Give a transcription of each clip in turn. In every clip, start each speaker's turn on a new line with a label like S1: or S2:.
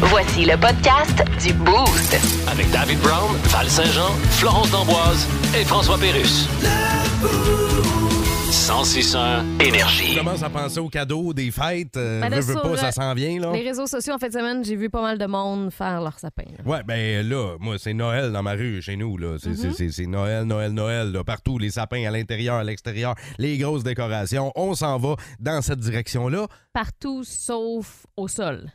S1: Voici le podcast du Boost.
S2: Avec David Brown, Val Saint-Jean, Florence D'Amboise et François Pérus. 1061
S3: Je
S2: Énergie.
S3: commence à penser aux cadeaux des fêtes. Euh,
S4: Ben là,
S3: veux, veux
S4: sur
S3: pas,
S4: le-
S3: ça s'en vient, là.
S4: Les réseaux sociaux, en fin de semaine, j'ai vu pas mal de monde faire leur sapin. là.
S3: Ouais, ben là, moi, c'est Noël dans ma rue, chez nous, là. C'est
S4: Mhm.
S3: c'est- c'est Noël, Noël, Noël, là, partout. Les sapins à l'intérieur, à l'extérieur, les grosses décorations. On s'en va dans cette direction-là.
S4: Partout sauf au sol.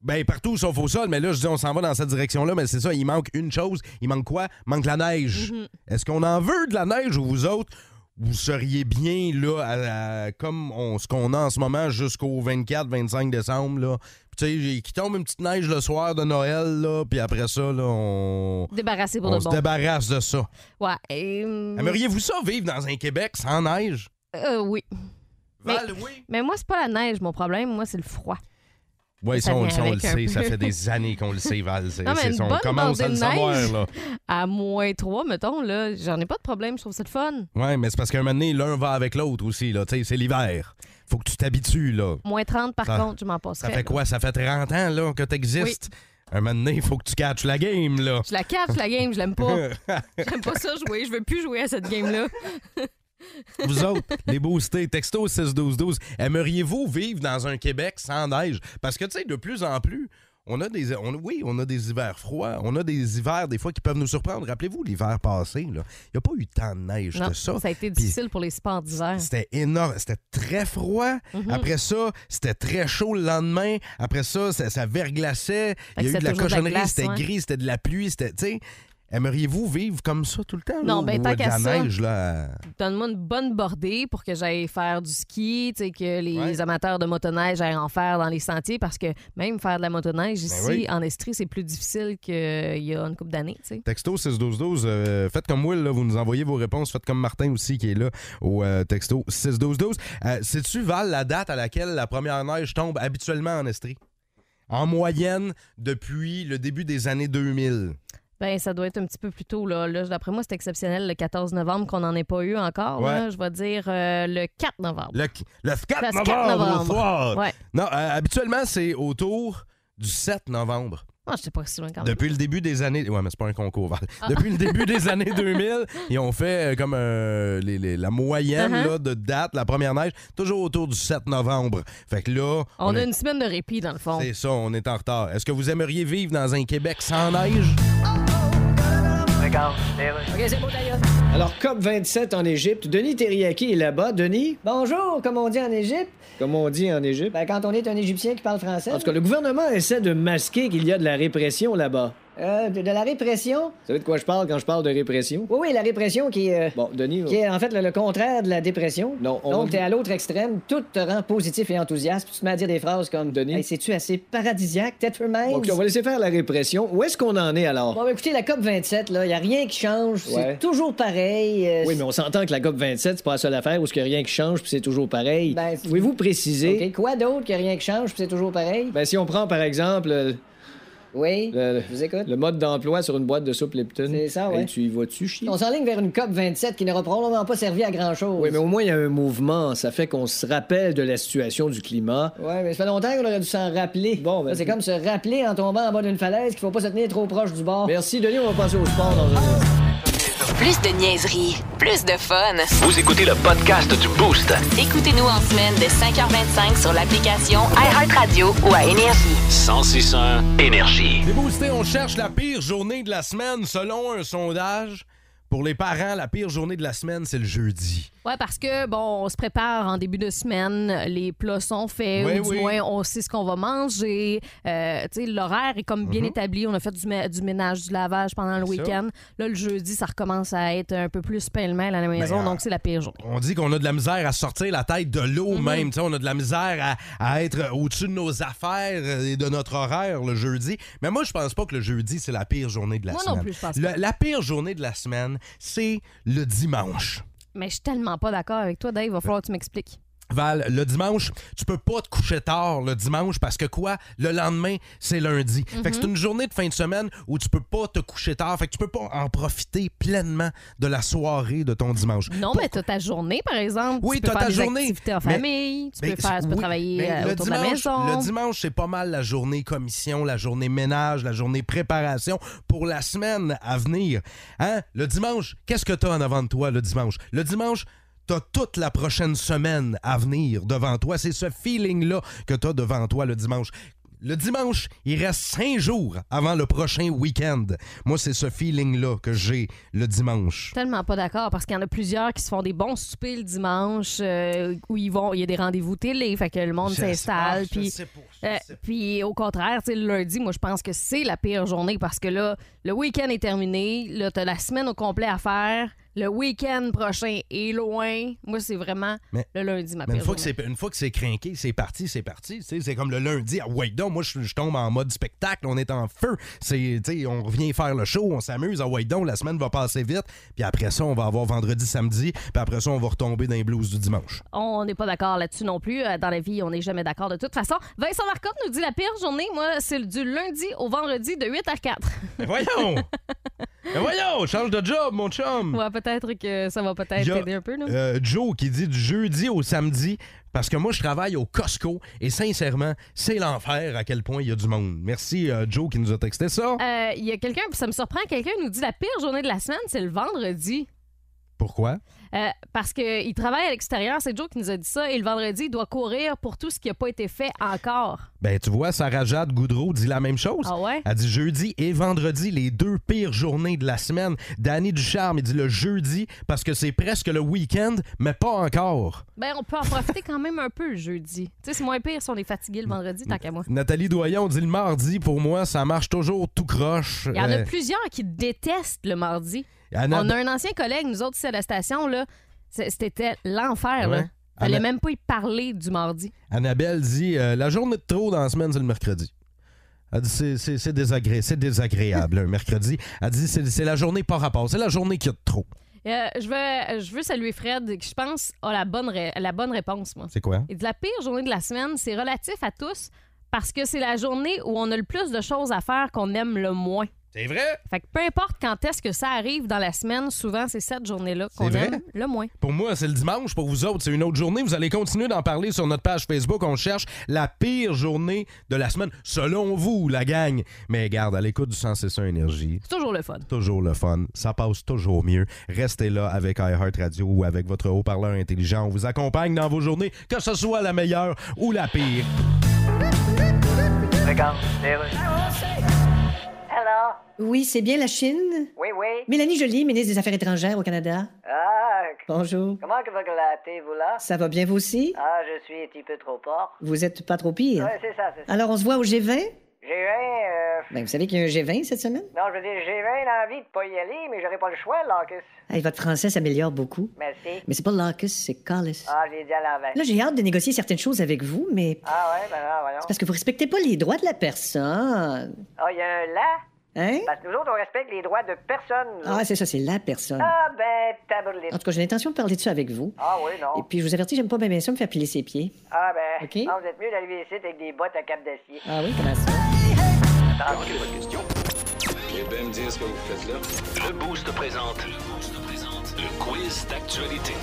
S3: Ben, partout sauf au sol, mais là, je dis on s'en va dans cette direction-là, mais c'est ça, il manque une chose. Il manque quoi? Il manque la neige.
S4: Mhm.
S3: Est-ce qu'on en veut de la neige ou vous autres? Vous seriez bien, là, à- à- comme on, ce qu'on a en ce moment jusqu'au 24-25 décembre, là. Puis, Tu sais, qui tombe une petite neige le soir de Noël, là, puis après ça, là, on,
S4: Débarrassé pour
S3: on
S4: de
S3: se
S4: bon.
S3: débarrasse de ça.
S4: Ouais. et, hum,
S3: Aimeriez-vous ça, vivre dans un Québec sans neige?
S4: euh, oui. Mais-
S3: Val, oui.
S4: Mais moi, c'est pas la neige, mon problème. Moi, c'est le froid.
S3: Oui,
S4: Ça
S3: ça, on, le
S4: vient
S3: sait, on le
S4: avec un
S3: sait. Ça
S4: peu.
S3: fait des années qu'on le sait, Val. C'est-
S4: Non, mais
S3: c'est
S4: une
S3: ça, on
S4: bonne
S3: commence à le
S4: bordée de
S3: savoir,
S4: neige.
S3: là.
S4: À moins 3, mettons, là, j'en ai pas de problème. Je trouve ça le fun.
S3: Oui, mais c'est parce qu'à un moment donné, l'un va avec l'autre aussi. Là. Tu sais, C'est l'hiver. Faut que tu t'habitues. là.
S4: Moins 30, par
S3: Ça-
S4: contre, je m'en
S3: Ça
S4: passerais.
S3: fait quoi? Ça fait 30 ans là, que t'existes. Un moment donné, il faut que tu catches la game. là.
S4: Je la cache, la game, je l'aime pas. J'aime pas ça jouer. Je veux plus jouer à cette game-là.
S3: Vous autres, les boostés, texto 6-12-12, aimeriez-vous vivre dans un Québec sans neige? Parce que, tu sais, de plus en plus, on a des. on- oui, on a des hivers froids, on a des hivers, des fois, qui peuvent nous surprendre. Rappelez-vous l'hiver passé, là. Il n'y a pas eu tant de neige
S4: Non,
S3: que ça.
S4: a été
S3: Puis-
S4: difficile pour les sports d'hiver.
S3: C'était énorme. C'était très froid.
S4: Mhm.
S3: Après ça, c'était très chaud le lendemain. Après ça, ça, ça verglaçait.
S4: Fait que
S3: Il y a eu
S4: c'était
S3: de la
S4: toujours de la
S3: cochonnerie.
S4: glace,
S3: C'était
S4: ouais.
S3: gris, c'était de la pluie. C'était, tu sais, aimeriez-vous vivre comme ça tout le temps?
S4: Non,
S3: là,
S4: ben,
S3: ou
S4: tant
S3: de
S4: qu'à
S3: la
S4: ça.
S3: neige, là.
S4: Donne-moi une bonne bordée pour que j'aille faire du ski, tu sais, que les
S3: Ouais.
S4: amateurs de motoneige aillent en faire dans les sentiers, parce que même faire de la motoneige ici,
S3: Ben oui.
S4: en Estrie, c'est plus difficile qu'il y a une couple d'années, tu sais.
S3: Texto 61212, euh, faites comme Will, là, vous nous envoyez vos réponses. Faites comme Martin aussi qui est là au euh, texto 61212. Euh, Sais-tu, Val, la date à laquelle la première neige tombe habituellement en Estrie? En moyenne, depuis le début des années 2000.
S4: Ben, ça doit être un petit peu plus tôt, là. Là, D'après moi, c'est exceptionnel le 14 novembre qu'on n'en ait pas eu encore.
S3: Ouais.
S4: là. Je vais dire euh, le 4 novembre.
S3: Le, le 4
S4: Le 4
S3: novembre, au
S4: novembre.
S3: soir.
S4: Ouais.
S3: Non, euh, habituellement, c'est autour du 7 novembre.
S4: Ah, je sais pas si loin quand même.
S3: Depuis le début des années. Ouais, mais c'est pas un concours, Val. Depuis le début des années 2000, ils ont fait euh, comme euh, les- les- la moyenne
S4: Uh-huh.
S3: là, de date, la première neige, toujours autour du 7 novembre. Fait que là.
S4: On a
S3: est-
S4: une semaine de répit, dans le fond.
S3: C'est ça, on est en retard. Est-ce que vous aimeriez vivre dans un Québec sans neige?
S5: Alors, COP27 en Égypte, Denis Terriaki est là-bas. Denis?
S6: Bonjour, comme on dit en Égypte.
S5: Comme on dit en Égypte.
S6: Ben, quand on est un Égyptien qui parle français.
S5: En tout cas, le gouvernement essaie de masquer qu'il y a de la répression là-bas.
S6: Euh, de, de la répression.
S5: Vous savez de quoi je parle quand je parle de répression?
S6: Oui, oui, la répression qui est. euh,
S5: Bon, Denis,
S6: Qui est en fait le, le contraire de la dépression.
S5: Non, on-
S6: Donc, t'es à l'autre extrême, tout te rend positif et enthousiaste. puis Tu te mets à dire des phrases comme
S5: Denis?
S6: Hey, c'est-tu assez paradisiaque, Tetherman?
S5: OK, on va laisser faire la répression. Où est-ce qu'on en est alors?
S6: Bon, ben, écoutez, la COP27, là, y a rien qui change.
S5: Ouais.
S6: C'est toujours pareil. euh,
S5: Oui, mais on s'entend que la COP27, c'est pas la seule affaire où ce que rien qui change puis c'est toujours pareil.
S6: Ben, c'est-
S5: Pouvez-vous préciser?
S6: OK, quoi d'autre que rien qui change, puis c'est toujours pareil?
S5: Ben, si on prend par exemple euh,
S6: oui,
S5: le,
S6: je vous écoute.
S5: le mode d'emploi sur une boîte de soupe Lipton.
S6: C'est ça, ouais.
S5: Hey, tu y vas-tu chier?
S6: On s'enligne vers une COP27 qui n'aura probablement pas servi à grand-chose.
S5: Oui, mais au moins, il y a un mouvement. Ça fait qu'on se rappelle de la situation du climat.
S6: Ouais, mais ça fait longtemps qu'on aurait dû s'en rappeler.
S5: Bon, ben-
S6: Ça, c'est comme se rappeler en tombant en bas d'une falaise qu'il faut pas se tenir trop proche du bord.
S5: Merci, Denis. On va passer au sport dans un instant.
S1: Plus de niaiserie, plus de fun.
S2: Vous écoutez le podcast du Boost.
S1: Écoutez-nous en semaine de 5h25 sur l'application iHeartRadio ou à Énergie.
S2: 1061 Énergie.
S3: Les boostés, on cherche la pire journée de la semaine selon un sondage. Pour les parents, la pire journée de la semaine, c'est le jeudi.
S4: Ouais, parce que, bon, on se prépare en début de semaine, les plats sont faits,
S3: Oui,
S4: ou du
S3: oui.
S4: moins, on sait ce qu'on va manger. Euh, tu sais, l'horaire est comme bien établi. On a fait du, mé- du ménage, du lavage pendant
S3: Mhm.
S4: le
S3: C'est ça.
S4: week-end. Là, le jeudi, ça recommence à être un peu plus pêle-mêle à la maison,
S3: euh,
S4: donc c'est la pire journée.
S3: On dit qu'on a de la misère à sortir la tête de l'eau
S4: Mhm.
S3: même. Tu sais, on a de la misère à, à être au-dessus de nos affaires euh, et de notre horaire le jeudi. Mais moi, je pense pas que le jeudi, c'est la pire journée de la
S4: Moi non
S3: semaine.
S4: plus, je pense
S3: Le- la pire journée de la semaine, c'est le dimanche.
S4: Mais je suis tellement pas d'accord avec toi, Dave. Il va falloir que tu m'expliques.
S3: Val, le dimanche, tu peux pas te coucher tard le dimanche parce que quoi? Le lendemain, c'est lundi.
S4: Mhm.
S3: Fait que c'est une journée de fin de semaine où tu peux pas te coucher tard. Fait que tu peux pas en profiter pleinement de la soirée de ton dimanche.
S4: Non, mais t'as ta journée, par exemple.
S3: Oui,
S4: tu peux
S3: t'as ta
S4: faire des
S3: journée.
S4: activités en
S3: Mais-
S4: famille. Tu
S3: Ben,
S4: peux faire, tu peux
S3: oui,
S4: travailler
S3: mais
S4: euh,
S3: le
S4: autour
S3: dimanche-
S4: de la maison.
S3: Le dimanche, c'est pas mal la journée commission, la journée ménage, la journée préparation pour la semaine à venir. Hein? Le dimanche, qu'est-ce que t'as en avant de toi le dimanche? Le dimanche, T'as toute la prochaine semaine à venir devant toi. C'est ce feeling-là que t'as devant toi le dimanche. Le dimanche, il reste cinq jours avant le prochain week-end. Moi, c'est ce feeling-là que j'ai le dimanche.
S4: Tellement pas d'accord parce qu'il y en a plusieurs qui se font des bons soupers le dimanche euh, où ils vont, il y a des rendez-vous télé, fait que le monde
S3: Je sais pas,
S4: s'installe.
S3: Ah, je
S4: Puis,
S3: sais pas, je
S4: euh,
S3: sais pas.
S4: puis au contraire, tu sais, le lundi, moi je pense que c'est la pire journée parce que là, le week-end est terminé, là t'as la semaine au complet à faire, le week-end prochain est loin. Moi c'est vraiment
S3: Mais-
S4: le lundi ma
S3: Mais
S4: pire
S3: une fois que
S4: journée.
S3: c'est une fois que c'est crinqué, c'est parti, c'est parti. Tu sais, C'est comme le lundi. Ah ouais, donc moi je, je tombe en mode spectacle, on est en feu. C'est, tu sais, on revient faire le show, on s'amuse. Ah ouais, donc la semaine va passer vite. Puis après ça, on va avoir vendredi, samedi. Puis après ça, on va retomber dans les blues du dimanche.
S4: On n'est pas d'accord là-dessus non plus. Euh, Dans la vie, on n'est jamais d'accord de toute façon. Vincent Marcotte nous dit la pire journée, moi c'est du lundi au vendredi de 8 à 4.
S3: Mais voyons, Mais voyons, change de job, mon chum.
S4: ouais, peut-être que ça va peut-être
S3: Hmm. Il y a,
S4: t'aider un peu là.
S3: euh, Joe qui dit du jeudi au samedi parce que moi je travaille au Costco et sincèrement c'est l'enfer à quel point il y a du monde. Merci euh, Joe qui nous a texté ça.
S4: Euh, Il y a quelqu'un, puis ça me surprend, quelqu'un nous dit la pire journée de la semaine, c'est le vendredi.
S3: Pourquoi?
S4: Euh, parce qu'il travaille à l'extérieur, c'est Joe qui nous a dit ça, et le vendredi, il doit courir pour tout ce qui n'a pas été fait encore.
S3: Ben, tu vois, Sarah Jade Goudreau dit la même chose.
S4: Ah ouais?
S3: Elle dit jeudi et vendredi, les deux pires journées de la semaine. Danny Ducharme, il dit le jeudi parce que c'est presque le week-end, mais pas encore.
S4: Ben, on peut en profiter quand même un peu le jeudi. Tu sais, c'est moins pire si on est fatigué le vendredi, tant qu'à moi.
S3: Nathalie Doyon dit le mardi, pour moi, ça marche toujours tout croche.
S4: Il y en a
S3: Euh,
S4: plusieurs qui détestent le mardi.
S3: Anna-
S4: On a un ancien collègue, nous autres ici à la station, là, c'est- c'était l'enfer, là.
S3: Ouais.
S4: Fallait
S3: Anna-
S4: même pas y parler du mardi.
S3: Annabelle dit euh, la journée de trop dans la semaine, c'est le mercredi. Elle dit c'est- c'est c'est désagré- c'est désagréable, un mercredi. Elle dit c'est c'est la journée par rapport, c'est la journée qui a de trop.
S4: Euh, je, veux, je veux saluer Fred, qui je pense a la bonne, ré- la bonne réponse, moi.
S3: C'est quoi?
S4: Et de la pire journée de la semaine, c'est relatif à tous parce que c'est la journée où on a le plus de choses à faire qu'on aime le moins.
S3: C'est vrai?
S4: Fait que peu importe quand est-ce que ça arrive dans la semaine, souvent c'est cette journée-là qu'on
S3: C'est vrai?
S4: aime le moins.
S3: Pour moi, c'est le dimanche. Pour vous autres, c'est une autre journée. Vous allez continuer d'en parler sur notre page Facebook. On cherche la pire journée de la semaine, selon vous, la gang. Mais garde, à l'écoute du 161 Énergie,
S4: C'est toujours le fun.
S3: toujours le fun. Ça passe toujours mieux. Restez là avec iHeartRadio ou avec votre haut-parleur intelligent. On vous accompagne dans vos journées, que ce soit la meilleure ou la pire.
S6: Oui, c'est bien la Chine.
S7: Oui, oui.
S6: Mélanie Joly, ministre des Affaires étrangères au Canada.
S7: Ah,
S6: Bonjour.
S7: comment que vous glattez, vous là?
S6: Ça va bien vous aussi?
S7: Ah, je suis un petit peu trop fort.
S6: Vous êtes pas trop pire.
S7: Ouais, c'est ça, c'est ça.
S6: Alors, on se voit au G20?
S7: J'ai un. euh,
S6: Ben, vous savez qu'il y a un G20 cette semaine?
S7: Non, je veux dire, j'ai bien envie de pas y aller, mais j'aurais pas le choix, Lacus.
S6: Hey, votre français s'améliore beaucoup.
S7: Merci.
S6: Mais c'est pas Lacus, c'est Callis.
S7: Ah, je l'ai dit à l'envers.
S6: Là, j'ai hâte de négocier certaines choses avec vous, mais
S7: Ah, ouais, ben là, voyons.
S6: c'est parce que vous respectez pas les droits de la personne.
S7: Ah, il y a un là?
S6: Hein?
S7: Parce que nous autres, on respecte les droits de personne. nous
S6: Ah,
S7: autres.
S6: c'est ça, c'est la personne.
S7: Ah, ben, taboulé.
S6: En tout cas, j'ai l'intention de parler de ça avec vous.
S7: Ah, oui,
S6: Et
S7: non.
S6: puis, je vous avertis, j'aime pas bien, bien ça me faire piler ses pieds.
S7: Ah, ben.
S6: Ok.
S7: Ah, vous êtes mieux d'arriver ici avec des bottes à cap d'acier.
S6: Ah oui, comment ça?
S2: Le Boost présente. Le Boost présente. Le quiz d'actualité.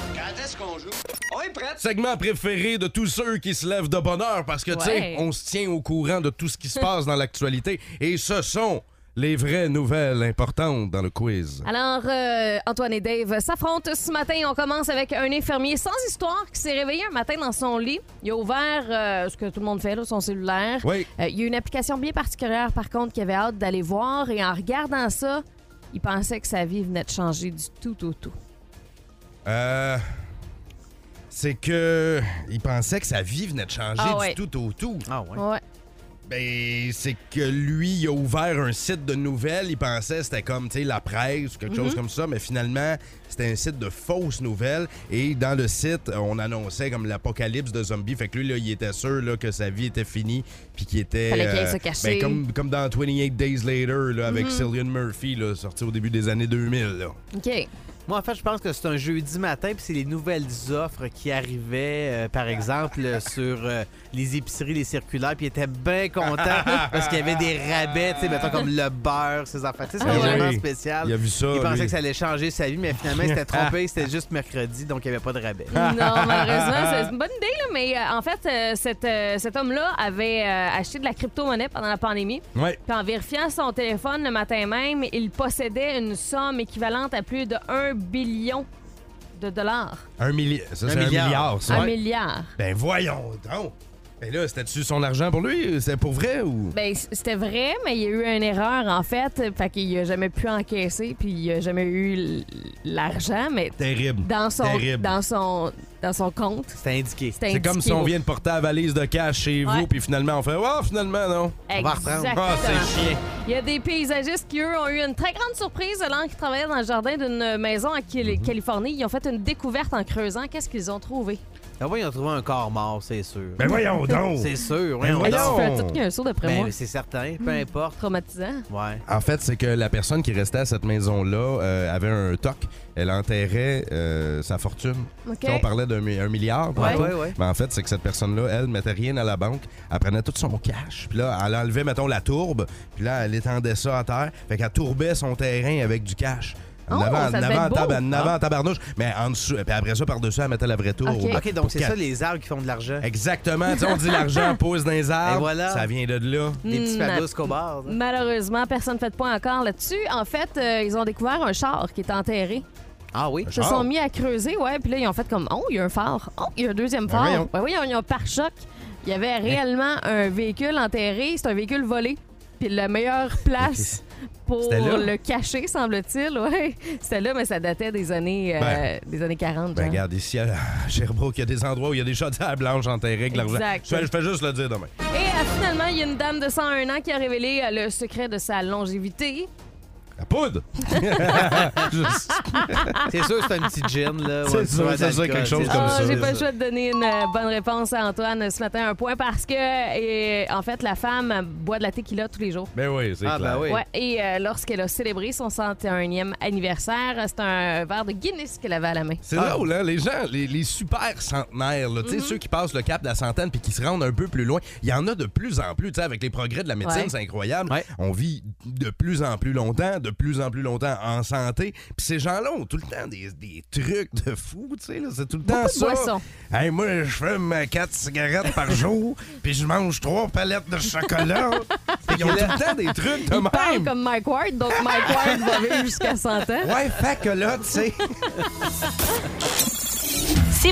S3: Segment préféré de tous ceux qui se lèvent de bonne heure parce que, tu
S4: Ouais.
S3: sais, on se tient au courant de tout ce qui se passe dans l'actualité et ce sont les vraies nouvelles importantes dans le quiz.
S4: Alors, euh, Antoine et Dave s'affrontent ce matin. On commence avec un infirmier sans histoire qui s'est réveillé un matin dans son lit. Il a ouvert euh, ce que tout le monde fait, là, son cellulaire.
S3: Oui.
S4: Euh, il y a une application bien particulière, par contre, qu'il avait hâte d'aller voir. Et en regardant ça, il pensait que sa vie venait de changer du tout au tout.
S3: Euh, c'est que il pensait que sa vie venait de changer
S4: Ah
S3: du
S4: ouais. Ah.
S3: tout au tout.
S4: Ouais.
S3: Ben, c'est que lui, il a ouvert un site de nouvelles. Il pensait que c'était comme, tu sais, la presse ou quelque
S4: Mhm.
S3: chose comme ça. Mais finalement, c'était un site de fausses nouvelles. Et dans le site, on annonçait comme l'apocalypse de zombies. Fait que lui, là, il était sûr là, que sa vie était finie. Puis qu'il était.
S4: Fallait qu'il aille se cacher. Mhm.
S3: ben, comme, comme dans 28 Days Later, là, avec Cillian Murphy, là, sorti au début des années 2000. là.
S4: OK.
S8: Moi, en fait, je pense que c'est un jeudi matin, puis c'est les nouvelles offres qui arrivaient, euh, par exemple, euh, sur euh, les épiceries, les circulaires, puis ils étaient bien contents parce qu'il y avait des rabais, tu sais, mettons comme le beurre, ces affaires. Tu sais,
S3: Ah
S8: C'était vraiment
S3: oui.
S8: spécial.
S3: Il a vu ça,
S8: Il pensait
S3: lui.
S8: que ça allait changer sa vie, mais finalement, il s'était trompé, c'était juste mercredi, donc il n'y avait pas de rabais.
S4: Non, malheureusement, c'est une bonne idée, là, mais euh, en fait, euh, cet, euh, cet homme-là avait euh, acheté de la crypto-monnaie pendant la pandémie.
S3: Ouais.
S4: Puis en vérifiant son téléphone le matin même, il possédait une somme équivalente à plus de 1 billion de dollars.
S3: Un, milli- ça,
S8: Un
S3: c'est un
S8: milliard.
S3: milliard, ça.
S4: Un
S3: Ouais.
S4: milliard.
S3: Ben voyons donc. Ben là, c'était-tu son argent pour lui? C'est pour vrai ou...
S4: Ben, c- c'était vrai, mais il y a eu une erreur, en fait. Fait qu'il a jamais pu encaisser, puis il a jamais eu l- l'argent, mais
S3: Terrible.
S4: dans son,
S3: Terrible.
S4: dans son, dans son compte,
S8: C'était indiqué.
S4: c'était
S3: C'est comme
S4: indiqué
S3: si on
S4: au-
S3: vient de porter la valise de cash chez
S4: Ouais.
S3: vous, puis finalement, on fait « Oh, finalement, non!
S8: On va reprendre.
S4: Exactement.
S3: Ah, c'est chiant!
S4: Il y a des paysagistes qui, eux, ont eu une très grande surprise alors qu'ils travaillaient dans le jardin d'une maison en Cali- Californie. Ils ont fait une découverte en creusant. Qu'est-ce qu'ils ont trouvé?
S8: Ah ouais, ils ont trouvé un corps mort, c'est sûr. »
S3: Ben voyons donc! Ben,
S8: C'est sûr, voyons
S3: voyons.
S8: donc.
S4: Tu fais tout qu'un saut, d'après
S8: Ben,
S4: moi. Hmm.
S8: c'est certain, peu importe.
S4: Traumatisant.
S8: Ouais.
S3: En fait, c'est que la personne qui restait à cette maison-là euh, avait un toc. Elle enterrait euh, sa fortune.
S4: OK.
S3: Tu sais, On parlait d'un mi- un milliard. tantôt.
S8: Ouais, ouais.
S3: Mais en fait, c'est que cette personne-là, elle mettait rien à la banque. Elle prenait tout son cash. Puis là, elle enlevait, mettons, la tourbe. Puis là, elle étendait ça à terre. Fait qu'elle tourbait son terrain avec du cash. En
S4: Oh,
S3: avant,
S4: ça
S3: en
S4: devait
S3: avant,
S4: être
S3: en tab-
S4: beau. Ah.
S3: en avant, en tabarnouche. Mais en dessous. Puis après ça, par-dessus, elle mettait la vraie tourbe.
S4: OK.
S8: OK, donc c'est
S3: Pour
S8: ça
S3: qu'elle-
S8: les arbres qui font de l'argent.
S3: Exactement. Tu sais, on dit l'argent pousse dans les arbres.
S8: Et voilà.
S3: Ça vient de là.
S8: Des petits
S4: Mm,
S8: fados cobards. là.
S4: Malheureusement, personne ne fait de point encore là-dessus. En fait, euh, ils ont découvert un char qui est enterré.
S8: Ah oui?
S4: Ils se
S3: char?
S4: sont mis à creuser, ouais, puis là, ils ont fait comme Oh, il y a un phare. Oh, il y a un deuxième
S3: Ben
S4: phare.
S3: voyons. Ben.
S4: Ben oui, il y a un pare-choc. Il y avait réellement un véhicule enterré. C'est un véhicule volé. Puis la meilleure place pour
S3: C'était là?
S4: le cacher, semble-t-il, ouais. C'était là, mais ça datait des années, euh,
S3: Ben.
S4: des années 40.
S3: Ben,
S4: genre.
S3: regarde, ici à à Sherbrooke, il y a des endroits où il y a des chaudières blanches enterrées avec l'argent.
S4: Exact.
S3: Je fais- je fais juste le dire demain.
S4: Et euh, finalement, il y a une dame de 101 ans qui a révélé euh, le secret de sa longévité.
S3: La poudre! Juste-
S8: C'est sûr, c'est un petit gin, là.
S3: C'est
S8: ouais,
S3: sûr,
S8: ouais,
S3: c'est ça,
S8: d'alcool,
S3: quelque chose
S8: c'est
S3: comme
S4: Ah,
S8: sûr.
S3: ça.
S4: J'ai pas le choix de donner une euh, bonne réponse à Antoine ce matin, un point, parce que, euh, en fait, la femme euh, boit de la tequila tous les jours.
S3: Ben oui, c'est
S8: Ah,
S3: clair.
S8: ben oui.
S4: Ouais, et euh, lorsqu'elle a célébré son 101e anniversaire, c'est un verre de Guinness qu'elle avait à la main.
S3: C'est
S8: Ah.
S3: drôle, hein? Les gens, les, les super centenaires, là, tu
S4: Mhm.
S3: sais, ceux qui passent le cap de la centaine puis qui se rendent un peu plus loin, il y en a de plus en plus. Tu sais, avec les progrès de la médecine,
S4: Ouais.
S3: c'est incroyable.
S8: Ouais.
S3: On vit de plus en plus longtemps, de plus en plus longtemps en santé. Puis ces gens-là ont tout le temps des, des trucs de fou, tu sais. là, C'est tout le temps
S4: Beaucoup
S3: ça.
S4: de boissons.
S3: Hey, moi, je fume euh, quatre cigarettes par jour, puis je mange trois palettes de chocolat. Ils ont tout le temps des trucs de
S4: Il parle
S3: même.
S4: comme Mike Ward, donc Mike Ward va vivre jusqu'à 100 ans.
S3: Ouais, fait que là, tu sais.
S1: Si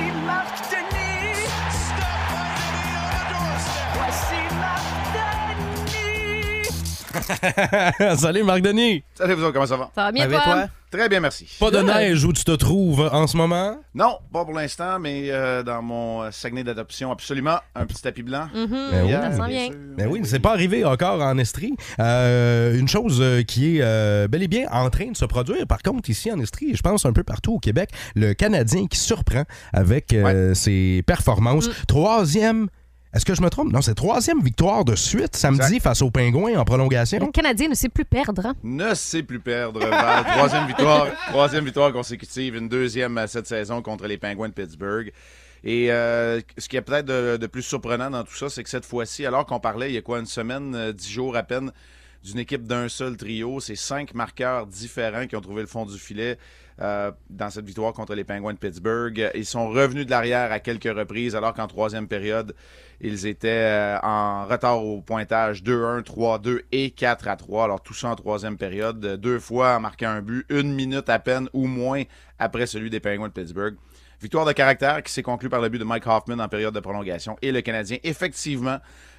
S3: Salut, Marc Denis.
S9: Salut, vous autres, comment ça va?
S4: Ça va bien,
S8: Avec
S4: Tom?
S8: toi?
S9: Très bien, merci.
S3: Pas de neige où tu te trouves en ce moment?
S9: Non, pas pour l'instant, mais euh, dans mon euh, Saguenay d'adoption, absolument, un petit tapis blanc.
S3: Ben oui.
S9: Hier,
S4: Mm-hmm. Ça sent bien.
S9: sûr.
S3: Ben oui, c'est pas arrivé encore en Estrie. Euh, une chose euh, qui est euh, bel et bien en train de se produire, par contre, ici en Estrie, et je pense un peu partout au Québec, le Canadien qui surprend avec euh, ses performances.
S9: Mm.
S3: Troisième, est-ce que je me trompe? Non, c'est troisième victoire de suite samedi face aux Pingouins en prolongation.
S4: Le Canadien ne sait plus perdre. hein?
S9: Ne sait plus perdre. Val. troisième victoire, troisième victoire consécutive, une deuxième euh, cette saison contre les Penguins de Pittsburgh. Et euh, ce qui est peut-être de, de plus surprenant dans tout ça, c'est que cette fois-ci, alors qu'on parlait il y a quoi une semaine, euh, dix jours à peine, d'une équipe d'un seul trio, c'est cinq marqueurs différents qui ont trouvé le fond du filet euh, dans cette victoire contre les Penguins de Pittsburgh. Ils sont revenus de l'arrière à quelques reprises, alors qu'en troisième période, ils étaient euh, en retard au pointage 2-1, 3-2 et 4-3. Alors tout ça en troisième période, euh, deux fois en marquant un but, une minute à peine ou moins après celui des Penguins de Pittsburgh. Victoire de caractère qui s'est conclue par le but de Mike Hoffman en période de prolongation et le Canadien. Effectivement,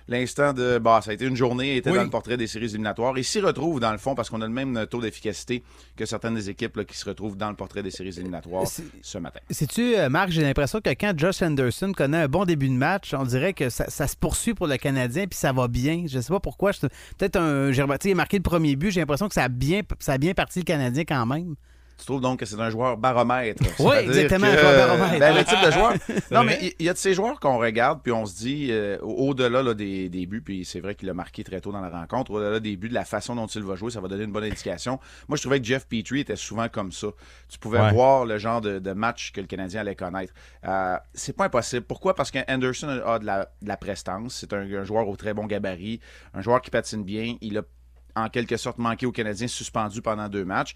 S9: l'instant de... Bah, ça a été une journée, était
S3: Oui.
S9: dans le portrait des séries éliminatoires et s'y retrouve dans le fond parce qu'on a le même taux d'efficacité que certaines des équipes là, qui se retrouvent dans le portrait des séries éliminatoires
S8: C'est-
S9: ce matin.
S8: Sais-tu, euh, Marc, j'ai l'impression que quand Josh Anderson connaît un bon début de match, on dirait que ça, ça se poursuit pour le Canadien puis ça va bien. Je sais pas pourquoi. je- Peut-être un. j'ai remarqué- tu sais, Il a marqué le premier but, j'ai l'impression que ça a, bien, ça a bien parti le Canadien quand même.
S9: Tu trouves donc que c'est un joueur baromètre.
S8: Oui,
S9: C'est-à-dire
S8: exactement,
S9: que,
S8: un joueur baromètre.
S9: ben, le type de joueur. non,
S8: vrai.
S9: mais il- il y a de ces joueurs qu'on regarde, puis on se dit, euh, au- au-delà là, des, des buts, puis c'est vrai qu'il a marqué très tôt dans la rencontre, au-delà des buts, de la façon dont il va jouer, ça va donner une bonne indication. Moi, je trouvais que Jeff Petrie était souvent comme ça. Tu pouvais
S3: Ouais.
S9: voir le genre de, de match que le Canadien allait connaître. Euh, c'est pas impossible. Pourquoi? Parce qu'Anderson a de la, de la prestance. C'est un, un joueur au très bon gabarit, un joueur qui patine bien. Il a en quelque sorte manqué aux Canadiens suspendu pendant deux matchs.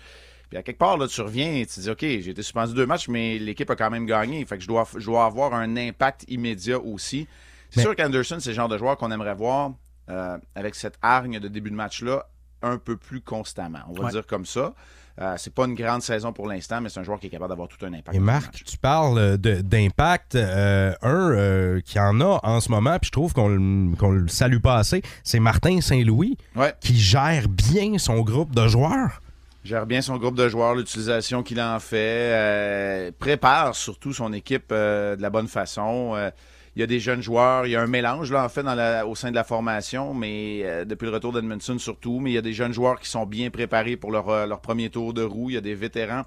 S9: Puis à quelque part, là, tu reviens et tu te dis, OK, j'ai été suspendu deux matchs, mais l'équipe a quand même gagné. Fait que je dois, je dois avoir un impact immédiat aussi. C'est
S3: Mais-
S9: sûr qu'Anderson, c'est le genre de joueur qu'on aimerait voir euh, avec cette hargne de début de match-là un peu plus constamment. On va
S8: Ouais.
S9: dire comme ça. Euh, c'est pas une grande saison pour l'instant, mais c'est un joueur qui est capable d'avoir tout un impact.
S3: Et
S9: dans le
S3: Marc,
S9: match.
S3: tu parles de- d'impact. euh, un euh, qui en a en ce moment, puis je trouve qu'on le- qu'on le salue pas assez, c'est Martin Saint-Louis
S9: Ouais.
S3: qui gère bien son groupe de joueurs.
S9: Gère bien son groupe de joueurs, l'utilisation qu'il en fait, euh, prépare surtout son équipe euh, de la bonne façon. Euh, il y a des jeunes joueurs, il y a un mélange là en fait dans la- au sein de la formation, mais euh, depuis le retour d'Edmondson surtout, mais il y a des jeunes joueurs qui sont bien préparés pour leur, euh, leur premier tour de roue, il y a des vétérans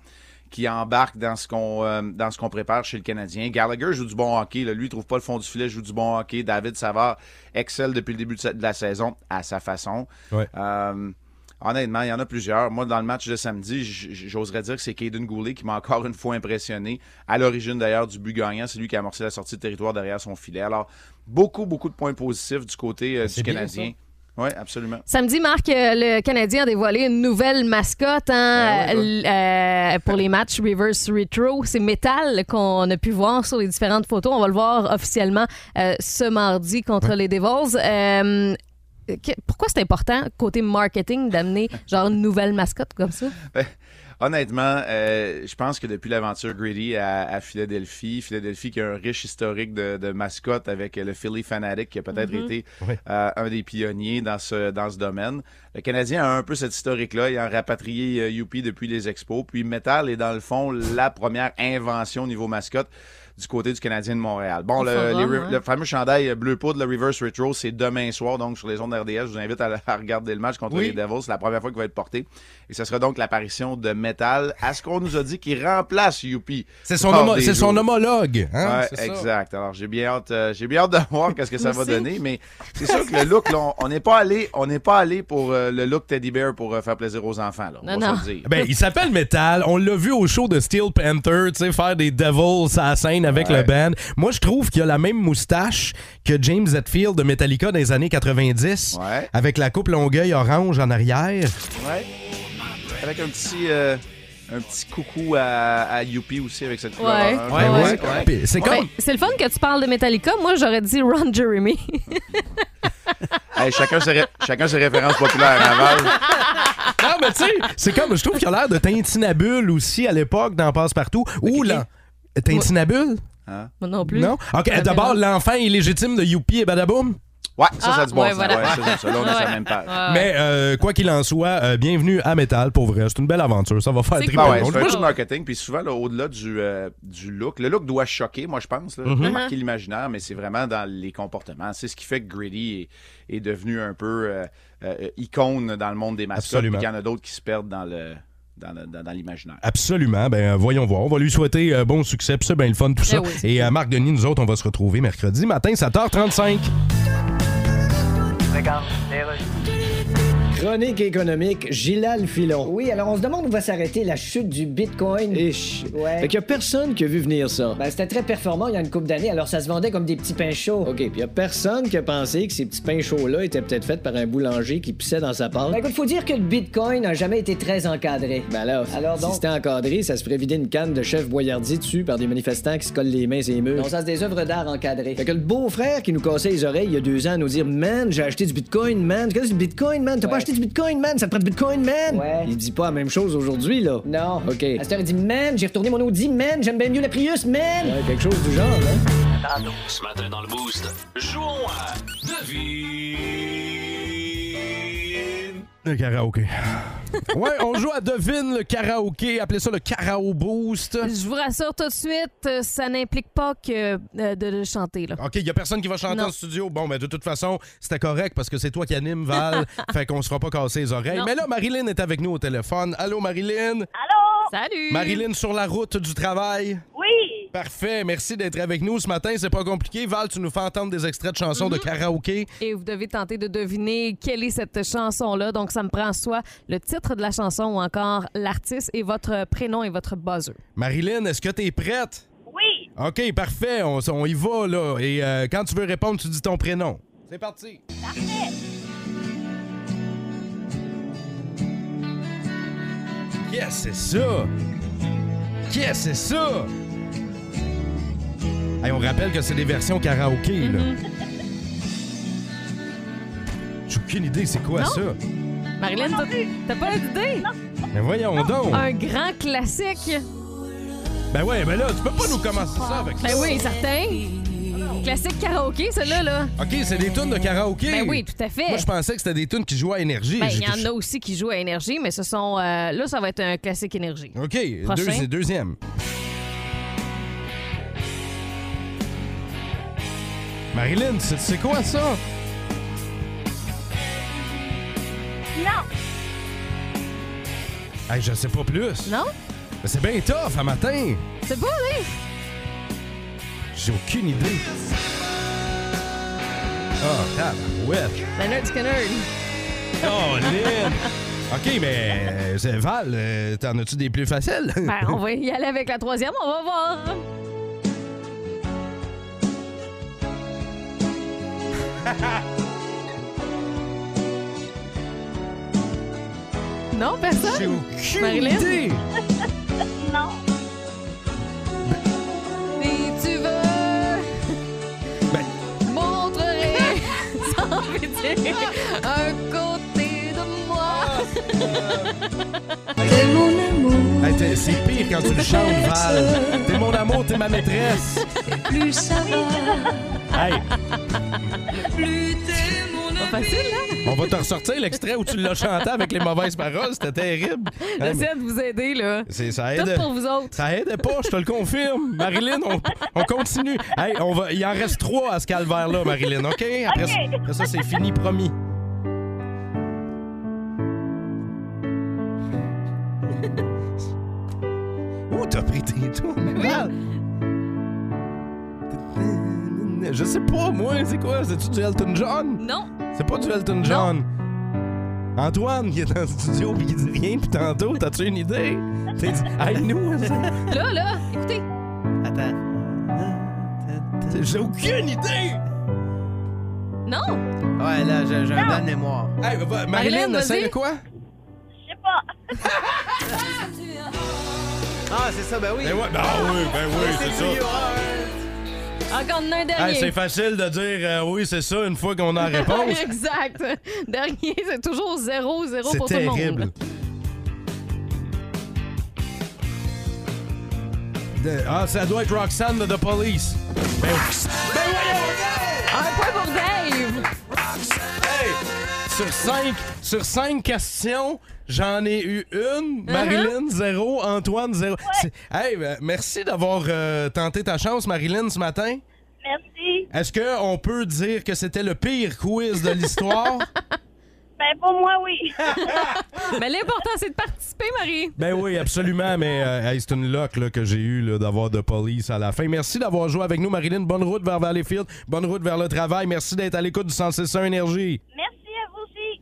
S9: qui embarquent dans ce qu'on euh, dans ce qu'on prépare chez le Canadien. Gallagher joue du bon hockey, là. lui il trouve pas le fond du filet, joue du bon hockey. David Savard excelle depuis le début de sa- de la saison à sa façon.
S3: Ouais.
S9: Euh, Honnêtement, il y en a plusieurs. Moi, dans le match de samedi, j- j- j'oserais dire que c'est Caden Goulet qui m'a encore une fois impressionné. À l'origine d'ailleurs du but gagnant, c'est lui qui a amorcé la sortie de territoire derrière son filet. Alors, beaucoup, beaucoup de points positifs du côté euh, du
S3: bien,
S9: Canadien. Oui, absolument.
S4: Samedi, Marc, euh, le Canadien a dévoilé une nouvelle mascotte hein,
S9: Ben oui,
S4: euh, euh, pour les matchs Reverse Retro. C'est métal qu'on a pu voir sur les différentes photos. On va le voir officiellement euh, ce mardi contre les Devils. Euh, que- pourquoi c'est important, côté marketing, d'amener genre une nouvelle mascotte comme ça?
S9: Honnêtement, euh, je pense que depuis l'aventure Greedy à, à Philadelphie, Philadelphie qui a un riche historique de, de mascottes avec euh, le Philly Fanatic qui a peut-être été
S3: Ouais.
S9: euh, un des pionniers dans ce, dans ce domaine. Le Canadien a un peu cet historique-là, il a rapatrié euh, Youpi depuis les expos, puis Metal est dans le fond la première invention au niveau mascotte du côté du Canadien de Montréal. Bon,
S4: Le
S9: le,
S4: forum,
S9: les-
S4: hein.
S9: le fameux chandail euh, bleu poudre, le Reverse Retro, c'est demain soir, donc sur les ondes RDS. Je vous invite à, à regarder le match contre
S3: Oui.
S9: les Devils. C'est la première fois qu'il va être porté. Et ce sera donc l'apparition de Metal à ce qu'on nous a dit qu'il remplace Youpi.
S3: C'est son,
S9: Par
S3: homo-
S9: des
S3: c'est son
S9: jours.
S3: homologue. hein,
S9: Ouais,
S3: c'est ça.
S9: exact. Alors j'ai bien hâte, euh, j'ai bien hâte de voir qu'est-ce que ça va
S4: Moi aussi.
S9: donner, mais c'est sûr que le look, là, on- on n'est pas allé, on n'est pas allé pour euh, le look teddy bear pour euh, faire plaisir aux enfants. Là, on
S4: Non,
S9: va se
S4: non.
S9: le dire.
S3: Ben, il s'appelle Metal. On l'a vu au show de Steel Panther, tu sais, faire des Devils à la scène avec le band. Moi, je trouve qu'il a la même moustache que James Hetfield de Metallica des années 90,
S9: Ouais.
S3: avec la coupe Longueuil orange en arrière.
S9: Ouais. Avec un petit, euh, un petit coucou à, à Youpi aussi avec cette couleur.
S4: Ouais.
S9: orange.
S8: Ouais,
S9: Mais
S8: ouais,
S9: c'est correct.
S3: Puis C'est
S4: Ben,
S3: comme.
S4: c'est le fun que tu parles de Metallica. Moi, j'aurais dit Ron Jeremy.
S9: Hey, chacun, ses ré- chacun ses références populaires à Laval.
S3: Ah, mais tu sais, c'est comme. Je trouve qu'il a l'air de Tintinabule aussi à l'époque dans Passe-Partout. Ou là. Tintinabule?
S4: Moi non plus.
S3: Non? Ok,
S4: Ah,
S3: d'abord,
S4: mais
S3: l'enfant illégitime de Youpi et Badaboum.
S9: Ouais, ça, ça a du bon
S4: Ah, ouais,
S9: sens.
S4: voilà.
S9: Ouais, ça, j'aime ça. Là, on est sur la même page.
S4: Ah,
S3: Mais euh, quoi qu'il en soit, euh, bienvenue à Metal pour vrai. C'est une belle aventure. Ça va faire
S4: C'est
S3: triper.
S4: cool.
S9: Ben
S3: le
S9: ouais,
S3: monde.
S9: c'est un
S4: Moi,
S9: coup
S4: je-
S9: de marketing. Puis souvent, là, au-delà du, euh, du look, le look doit choquer, moi, je pense. Là, marquer l'imaginaire, mais c'est vraiment dans les comportements. C'est ce qui fait que Greedy est, est devenu un peu euh, euh, icône dans le monde des mascottes. Puis
S3: Absolument.
S9: qu'il y en a d'autres qui se perdent dans le dans le- dans- dans l'imaginaire.
S3: Absolument. Ben, euh, voyons voir. On va lui souhaiter euh, bon succès. Puis ça, ben, le fun, tout ça.
S4: Eh oui, c'est
S3: Et euh, Marc Denis, nous autres, on va se retrouver mercredi matin, 7h35.
S5: Chronique économique, Gilal Filon.
S6: Oui, alors on se demande où va s'arrêter la chute du Bitcoin.
S5: Ish.
S6: Ouais.
S5: Fait qu'il y a personne qui a vu venir ça.
S6: Ben, c'était très performant il y a une couple d'années, alors ça se vendait comme des petits pains chauds.
S5: OK, puis il y a personne qui a pensé que ces petits pains chauds-là étaient peut-être faits par un boulanger qui pissait dans sa pâte.
S6: Ben, écoute, faut dire que le Bitcoin n'a jamais été très encadré.
S5: Ben là,
S6: Alors
S5: si
S6: donc-
S5: c'était encadré, ça se ferait vider une canne de chef boyardier dessus par des manifestants qui se collent les mains et les murs.
S6: On ça c'est des œuvres d'art encadrées.
S5: Fait que le beau-frère qui nous cassait les oreilles il y a deux ans à nous dire Man, j'ai acheté du bitcoin, man. Tu connais du bitcoin, man? T'as pas
S6: Ouais.
S5: acheté du bitcoin, man? Ça te prend du bitcoin, man?
S6: Ouais.
S5: Il dit pas la même chose aujourd'hui, là.
S6: Non.
S5: OK.
S6: À cette heure, il dit Man, j'ai retourné mon Audi, man, j'aime bien mieux la Prius, man!
S5: Ouais, quelque chose du genre, là.
S2: Ce matin dans le Boost, jouons à Devine.
S3: Le karaoké. ouais, on joue à Devine le karaoké. Appelez ça le Karao Boost.
S4: Je vous rassure tout de suite, euh, ça n'implique pas que euh, de le chanter. Là.
S3: OK, il n'y a personne qui va chanter
S4: Non.
S3: en studio. Bon, mais de toute façon, c'était correct parce que c'est toi qui anime, Val. fait qu'on ne se fera pas casser les oreilles.
S4: Non.
S3: Mais là, Marilyn est avec nous au téléphone. Allô, Marilyn?
S7: Allô?
S4: Salut!
S3: Marilyn sur la route du travail.
S10: Oui,
S3: Parfait, merci d'être avec nous ce matin. C'est pas compliqué. Val, tu nous fais entendre des extraits de chansons de karaoké.
S4: Et vous devez tenter de deviner quelle est cette chanson-là. Donc, ça me prend soit le titre de la chanson ou encore l'artiste et votre prénom et votre buzzer.
S3: Marilyn, est-ce que t'es prête?
S10: oui.
S3: OK, parfait. On, on y va, là. Et euh, quand tu veux répondre, tu dis ton prénom. C'est parti. Parfait. Yes, c'est ça. Yes, c'est ça. Hey, on rappelle que c'est des versions karaoké, là.
S4: Mhm.
S3: J'ai aucune idée, c'est quoi
S4: Non.
S3: ça?
S4: Marilyn, t'as- t'as pas d'idée?
S3: Mais voyons donc.
S4: Un grand classique.
S3: Ben ouais, ben là, tu peux pas nous commencer ça avec
S4: Ben
S3: ça.
S4: oui, certain. Classique karaoké, celui-là, là.
S3: OK, c'est des tunes de karaoké.
S4: Ben oui, tout à fait.
S3: Moi, je pensais que c'était des tunes qui jouaient à énergie.
S4: Ben, il
S3: J'étais
S4: y en a aussi qui jouent à énergie, mais ce sont. euh, là, ça va être un classique énergie.
S3: OK,
S4: Prochain.
S3: deuxi- deuxième. Marilyn, c'est c'est quoi ça?
S10: Non,
S3: Hey, je sais pas plus.
S4: Non?
S3: Mais C'est bien tough à matin.
S4: C'est beau, hein? oui?
S3: J'ai aucune idée. Oh, tabarouette.
S4: La Ben, nerd du nerd.
S3: Oh, Lynn! OK, mais euh, c'est Val, euh, t'en as-tu des plus faciles?
S4: Ben, on va y aller avec la troisième, on va voir. non,
S3: J'ai
S4: personne?
S3: aucune
S4: Marilyn?
S3: idée.
S10: non.
S4: Si tu veux,
S3: Ben,
S4: montrerai, sans pitié, un côté de moi.
S3: hey, t'es- c'est pire quand tu le chantes, Val. T'es mon amour, t'es ma maîtresse. Hey,
S4: Pas facile, hein? là?
S3: On va te ressortir l'extrait où tu l'as chanté avec les mauvaises paroles. C'était terrible. Hey, mais
S4: J'essaie de vous aider, là.
S3: c'est, ça
S4: Tout
S3: aide.
S4: pour vous autres.
S3: Ça aide pas, je te le confirme. Marilyn, on, on continue. Hey, on va, il en reste trois à ce calvaire-là, Marilyn, OK? Après, ça-
S10: OK.
S3: après ça, c'est fini, promis. Où t'as pris tes tours, Val? Je sais pas, moi, c'est quoi? C'est-tu du Elton John?
S4: Non,
S3: C'est pas du Elton John. Antoine qui est dans le studio puis qui dit rien puis tantôt, t'as-tu une idée? T'as dit, hey, nous, ça-
S4: là, là, écoutez.
S8: Attends.
S3: j'ai aucune idée!
S4: Non,
S8: Ouais, là, j'ai j'ai un blanc de mémoire.
S3: Hey, va- va-
S4: Marilyn,
S3: Marilyn, essaye
S4: vas-y.
S3: de quoi?
S10: Je sais pas.
S8: Ah, c'est ça, ben oui.
S3: Ben ouais, ben ah oui, ben oui, c'est ça.
S4: encore un dernier.
S3: Hey, Ah, c'est facile de dire euh, oui, c'est ça une fois qu'on a la réponse.
S4: exact. Dernier, c'est toujours 0-0
S3: C'est
S4: pour tout le
S3: terrible.
S4: monde.
S3: De- ah, ça doit être Roxanne de The Police. Ben, ben voyons!
S4: Un point pour Dave.
S3: Hey! Sur cinq, sur cinq questions, j'en ai eu une.
S10: Uh-huh.
S3: Marilyn, zéro. Antoine, zéro. C'est- Hey, ben, merci d'avoir euh, tenté ta chance, Marilyn, ce matin.
S10: Merci.
S3: Est-ce qu'on peut dire que c'était le pire quiz de l'histoire?
S10: Ben pour moi, oui.
S4: Mais Ben, l'important, c'est de participer, Marie.
S3: ben oui, absolument, mais euh, hey, c'est une lock là, que j'ai eue là, d'avoir de police à la fin. Merci d'avoir joué avec nous, Marilyn. Bonne route vers Valleyfield, bonne route vers le travail. Merci d'être à l'écoute du 161 Énergie.
S10: Merci à vous aussi.